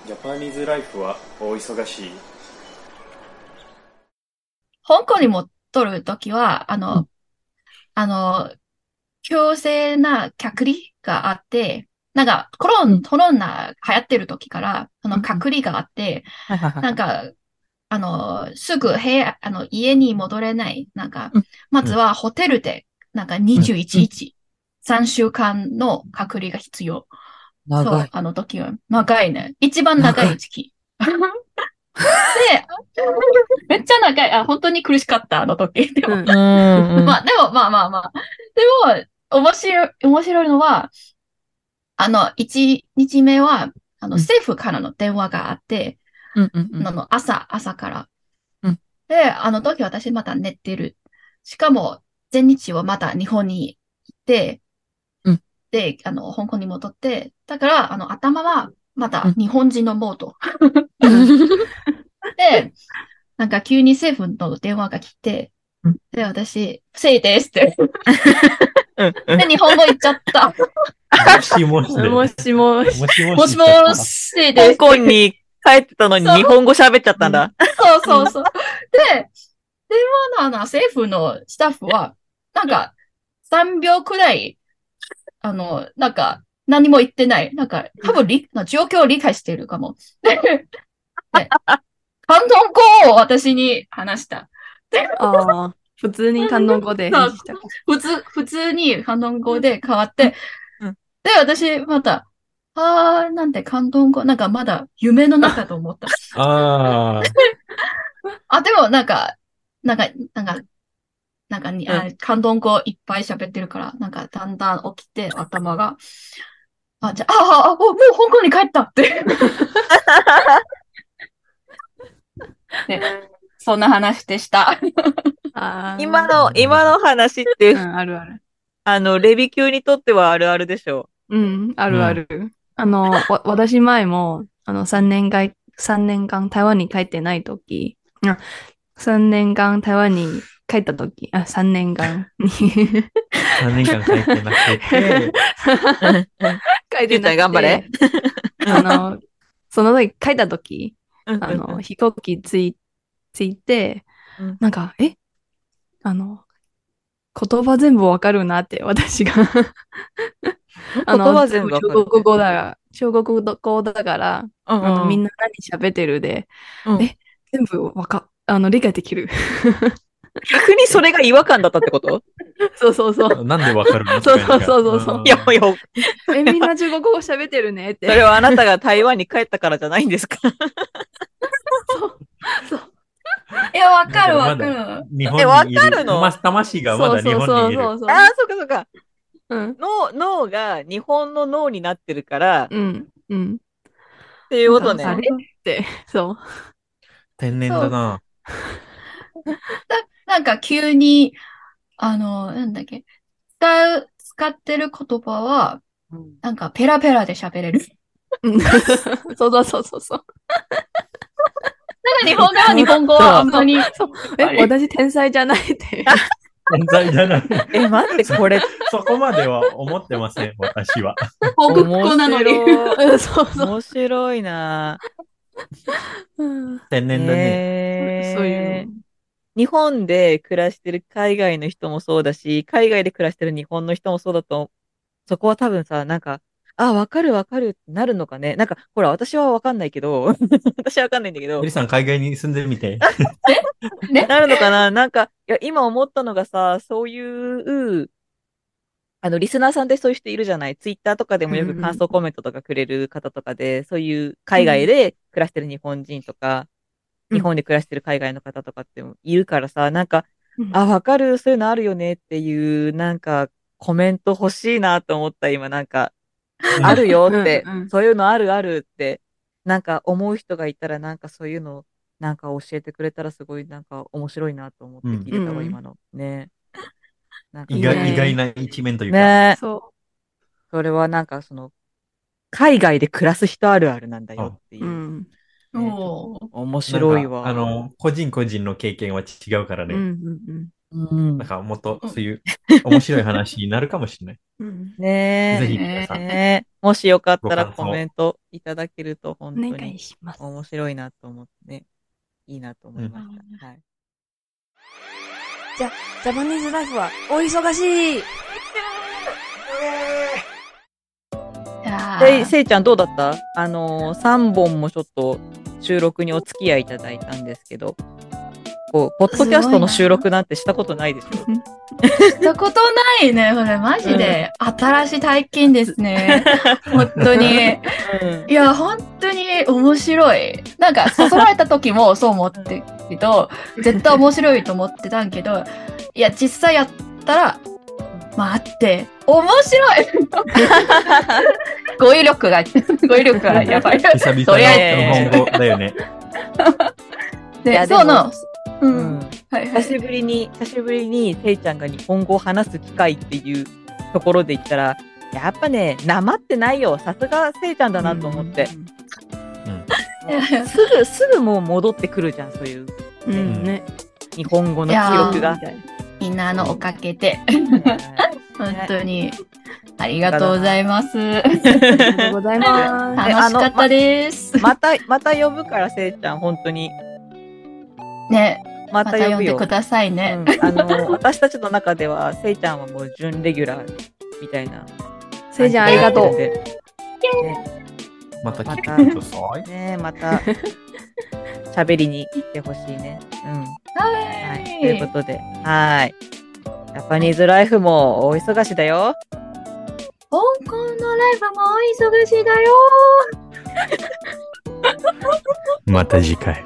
[SPEAKER 1] ジャパニーズライフは大忙しい。
[SPEAKER 5] 香港にも取るときは、あの、あの、強制な隔離があって、なんかコロン、コロナ流行ってる時から、その隔離があって、
[SPEAKER 2] はいはいは
[SPEAKER 5] ないんか、あの、すぐ部屋、あの、家に戻れない。なんか
[SPEAKER 2] うん、
[SPEAKER 5] まずはホテルで、なんか21日、3週間の隔離が必要。そ
[SPEAKER 2] 長
[SPEAKER 5] う
[SPEAKER 2] い、。
[SPEAKER 5] あの時は。長いね。一番長い時期。で、めっちゃ長い。あ、本当に苦しかった、あの時。でも、
[SPEAKER 4] うん
[SPEAKER 2] うんうん。
[SPEAKER 5] まあ、でも、まあまあまあ。でも、面白い、面白いのは、あの、1日目は、あの、
[SPEAKER 2] うん
[SPEAKER 5] 政府からの電話があって、
[SPEAKER 2] うんうんうん
[SPEAKER 5] あの、朝、朝から。
[SPEAKER 2] うん
[SPEAKER 5] で、あの時私まだ寝てる。しかも、前日はまだ日本に行って、
[SPEAKER 2] うん
[SPEAKER 5] で、あの、香港に戻って、だから、あの、頭はま
[SPEAKER 2] う
[SPEAKER 5] だ
[SPEAKER 2] ん
[SPEAKER 5] 日本人のモ
[SPEAKER 2] *laughs*
[SPEAKER 5] ード。で、なんか急に政府の電話が来て
[SPEAKER 2] うん、
[SPEAKER 5] で、私、不正ですって。
[SPEAKER 2] *laughs* うんう
[SPEAKER 5] で、
[SPEAKER 2] ん。
[SPEAKER 5] 日本語行っち
[SPEAKER 2] *laughs*
[SPEAKER 5] ゃった。
[SPEAKER 3] もしもしで。
[SPEAKER 4] もしもし。
[SPEAKER 3] もしもし。
[SPEAKER 5] もしも。しで
[SPEAKER 2] 香
[SPEAKER 5] す。
[SPEAKER 2] 港に帰ってたのに
[SPEAKER 5] そう
[SPEAKER 2] 日本語喋っちゃったんだ。
[SPEAKER 5] そうそうそう。で、電話のあの政府のスタッフは、なんか、3秒くらい、あの、なんか、何も言ってない。なんか、多分り、状況を理解しているかも。で、で関東語を私に話した。
[SPEAKER 4] ああ、普通に関東語で返事したか
[SPEAKER 5] 普通、普通に関東語で変わって、
[SPEAKER 2] うん
[SPEAKER 5] で、私、また、あー、なんて関東語、なんかまだ夢の中と思った。
[SPEAKER 3] ああ。
[SPEAKER 5] あ、でもなんか、なんか、なんか、なんかに、あ、関東語いっぱい喋ってるから、なんかだんだん起きて頭が、あ、じゃあ、あ、あ、あおもう香港に帰った *laughs* って。ねそんな話でした。
[SPEAKER 4] ら。あー
[SPEAKER 2] 今の、今の話って、
[SPEAKER 4] うん、あるある。
[SPEAKER 2] あの、レビ級にとってはあるあるでし
[SPEAKER 4] *laughs*
[SPEAKER 2] ょ
[SPEAKER 4] うん、あるある。あの、わ私前も、あの、3年間、三年間台湾に帰ってない時、あ3年間台湾に帰った時、あ、3年間に
[SPEAKER 3] 3年間帰ってなくて。
[SPEAKER 4] 帰っ
[SPEAKER 2] ゆうちゃん頑張れ。
[SPEAKER 4] あの、その時帰った時、
[SPEAKER 2] う。うん
[SPEAKER 4] あの、、飛行機つい、ついて
[SPEAKER 2] うん、
[SPEAKER 4] なんか、えあの、言葉全部わかるなって、
[SPEAKER 2] *laughs*
[SPEAKER 4] 私が。あの
[SPEAKER 2] *laughs* 言葉全部わ
[SPEAKER 4] 中
[SPEAKER 2] かる
[SPEAKER 4] 国語だから、中国語だから、
[SPEAKER 2] うん
[SPEAKER 4] あのみん
[SPEAKER 2] な。
[SPEAKER 4] な何喋ってるで、
[SPEAKER 2] うん
[SPEAKER 4] え、全部わか、あの、理解で
[SPEAKER 2] *laughs*
[SPEAKER 4] きる。
[SPEAKER 2] 逆にそれが違和感だったってこと
[SPEAKER 4] そうそうそう。
[SPEAKER 3] なんでわかるの
[SPEAKER 4] そうそうそうそう
[SPEAKER 2] いやいや、
[SPEAKER 4] *laughs* え、みんな中国語喋ってるねっ
[SPEAKER 2] そ
[SPEAKER 4] て。
[SPEAKER 2] れはあなたが台湾に帰ったからじゃないんです
[SPEAKER 4] *laughs*
[SPEAKER 2] か
[SPEAKER 5] いや、わかるわか
[SPEAKER 3] だから
[SPEAKER 5] る。
[SPEAKER 3] 日
[SPEAKER 2] え
[SPEAKER 3] 本
[SPEAKER 2] わ
[SPEAKER 3] にいる
[SPEAKER 2] かるの
[SPEAKER 3] ま魂がまだ日本にいる。
[SPEAKER 4] そうそうそうそう。
[SPEAKER 2] ああ、そうかそうか。
[SPEAKER 4] うん。
[SPEAKER 2] 脳、脳が日本の脳になってるから、っ
[SPEAKER 4] うん。うん。
[SPEAKER 2] ていうことね
[SPEAKER 4] あ。れって、そう。 *laughs*
[SPEAKER 3] 天然だな。
[SPEAKER 5] なんか急に、あの、なんだっけ、使う、使ってる言葉は、なんかペラペラで喋れる。
[SPEAKER 4] うんそうそうそうそうそう。
[SPEAKER 5] なんか日本語は日本語はあんまり、
[SPEAKER 4] そう
[SPEAKER 5] あ
[SPEAKER 4] え、
[SPEAKER 5] れ
[SPEAKER 4] 私天才じゃな
[SPEAKER 2] *laughs*
[SPEAKER 4] いって。
[SPEAKER 3] 天才じゃない。 *laughs*
[SPEAKER 2] え、待って、これ、
[SPEAKER 3] そこまでは思ってません、私は。
[SPEAKER 5] 報告語なのに。
[SPEAKER 4] うん *laughs* そうそう。
[SPEAKER 2] 面白いな
[SPEAKER 4] うん
[SPEAKER 3] 天然だね。
[SPEAKER 2] へー
[SPEAKER 4] そういう
[SPEAKER 2] 日本で暮らしてる海外の人もそうだし、海外で暮らしてる日本の人もそうだと、そこは多分さ、なんか、あ、わかるわかるってなるのかね。なんか、ほら、私はわかんないけど、 *laughs* 私はわかんないんだけど
[SPEAKER 3] エリ、さん、海外に住んでみて。
[SPEAKER 5] ね
[SPEAKER 2] なるのかななんか、いや、今思ったのがさ、そういう、あの、リスナーさんでそういう人いるじゃないツイッターとかでもよ
[SPEAKER 4] うんう
[SPEAKER 2] く
[SPEAKER 4] ん
[SPEAKER 2] 感想コメントとかくれる方とかで、そういう海外で暮らしてる日本人とか、
[SPEAKER 4] うん
[SPEAKER 2] 日本で暮らしてる海外の方とかってもいるからさ、なんか、
[SPEAKER 4] うん
[SPEAKER 2] *laughs* あ、わかる、そういうのあるよねっていう、なんか、コメント欲しいなと思った、今、なんか、あるよって
[SPEAKER 4] うんうん、
[SPEAKER 2] そういうのあるあるって、なんか思う人がいたら、なんかそういうの、なんか教えてくれたらすごい、なんか面白いなと思って聞いてた
[SPEAKER 4] う
[SPEAKER 2] わ、
[SPEAKER 4] ん
[SPEAKER 2] 今の。ね。なんか
[SPEAKER 3] 意外
[SPEAKER 4] ね
[SPEAKER 3] 意外な一面というか。
[SPEAKER 2] ね
[SPEAKER 4] そ。
[SPEAKER 2] それはなんか、その、海外で暮らす人あるあるなんだよっていう
[SPEAKER 4] う
[SPEAKER 2] う。
[SPEAKER 4] ん。
[SPEAKER 2] ね
[SPEAKER 5] おー
[SPEAKER 2] 面白い
[SPEAKER 3] なん
[SPEAKER 2] わ。
[SPEAKER 3] かあ、の、個人個人の経験は違うから
[SPEAKER 4] うん
[SPEAKER 3] ね。
[SPEAKER 4] うん
[SPEAKER 2] うん
[SPEAKER 3] なん。かもっとそういう面白い話になるかもしれない。
[SPEAKER 4] うん。
[SPEAKER 2] ねえ。
[SPEAKER 3] ぜひ皆さん。
[SPEAKER 2] ねえもしよかったら
[SPEAKER 3] ご感想
[SPEAKER 2] コメントいただけると本当
[SPEAKER 4] お
[SPEAKER 2] に
[SPEAKER 4] 願いします。
[SPEAKER 2] 面白いなと思ってね、いいなと思いました。はい。
[SPEAKER 7] じゃ、ジャパニーズライフは大忙しい
[SPEAKER 5] あ
[SPEAKER 2] で、せいちゃんどうだったあのー、3本もちょっと収録にお付き合いいただいたんですけど、こう、ポッドキャストの収録なんてしたことないでしょ
[SPEAKER 5] したことないね。これマジで新しい体験で
[SPEAKER 3] *laughs*
[SPEAKER 5] すね。本当に。いや、本当に面白い。なんか、誘われた時もそう思ってけど、絶対面白いと思ってたんけど、いや、実際やったら、待って、面白い語彙力が、 *laughs* 語彙力がやばい。
[SPEAKER 3] 久々
[SPEAKER 5] とりあ
[SPEAKER 3] の
[SPEAKER 5] え
[SPEAKER 3] 日本語だよね。
[SPEAKER 2] *laughs*
[SPEAKER 5] ず、
[SPEAKER 2] いや
[SPEAKER 5] で
[SPEAKER 2] でも
[SPEAKER 5] そうの、う、
[SPEAKER 2] うんん。
[SPEAKER 5] はい
[SPEAKER 2] 久
[SPEAKER 5] はい。
[SPEAKER 2] しぶりに、久しぶりに、せいちゃんが日本語を話す機会っていうところで言ったら、やっぱね、なまってないよ。さすがせいちゃんだなと思って。
[SPEAKER 5] いやいや
[SPEAKER 2] すぐ、すぐもう戻ってくるじゃん、そういう
[SPEAKER 4] うん。うんね。
[SPEAKER 2] 日本語の記憶が。
[SPEAKER 5] みんなのおかげで、本当に、ありがとうございます。
[SPEAKER 4] ありがとうございます。
[SPEAKER 5] 楽しかったです。
[SPEAKER 2] また、また呼ぶから、せいちゃん、本当に。
[SPEAKER 5] ね、
[SPEAKER 2] ま
[SPEAKER 5] ま
[SPEAKER 2] た
[SPEAKER 5] た
[SPEAKER 2] 呼
[SPEAKER 5] 呼
[SPEAKER 2] ぶ
[SPEAKER 5] んで
[SPEAKER 2] よ。
[SPEAKER 5] くださいね。
[SPEAKER 2] うんあの、私たちの中では、せいちゃんはもう準レギュラーみたいな。
[SPEAKER 4] せいちゃんありがとう。
[SPEAKER 2] ね
[SPEAKER 3] また聞くとさ
[SPEAKER 2] え、また、喋りに来てほしいね。うん。は。
[SPEAKER 5] はい
[SPEAKER 2] ということで、はい。ジャパニーズライフも大忙しだよ。
[SPEAKER 5] 香港のライブも忙しいだよ。
[SPEAKER 3] また次回。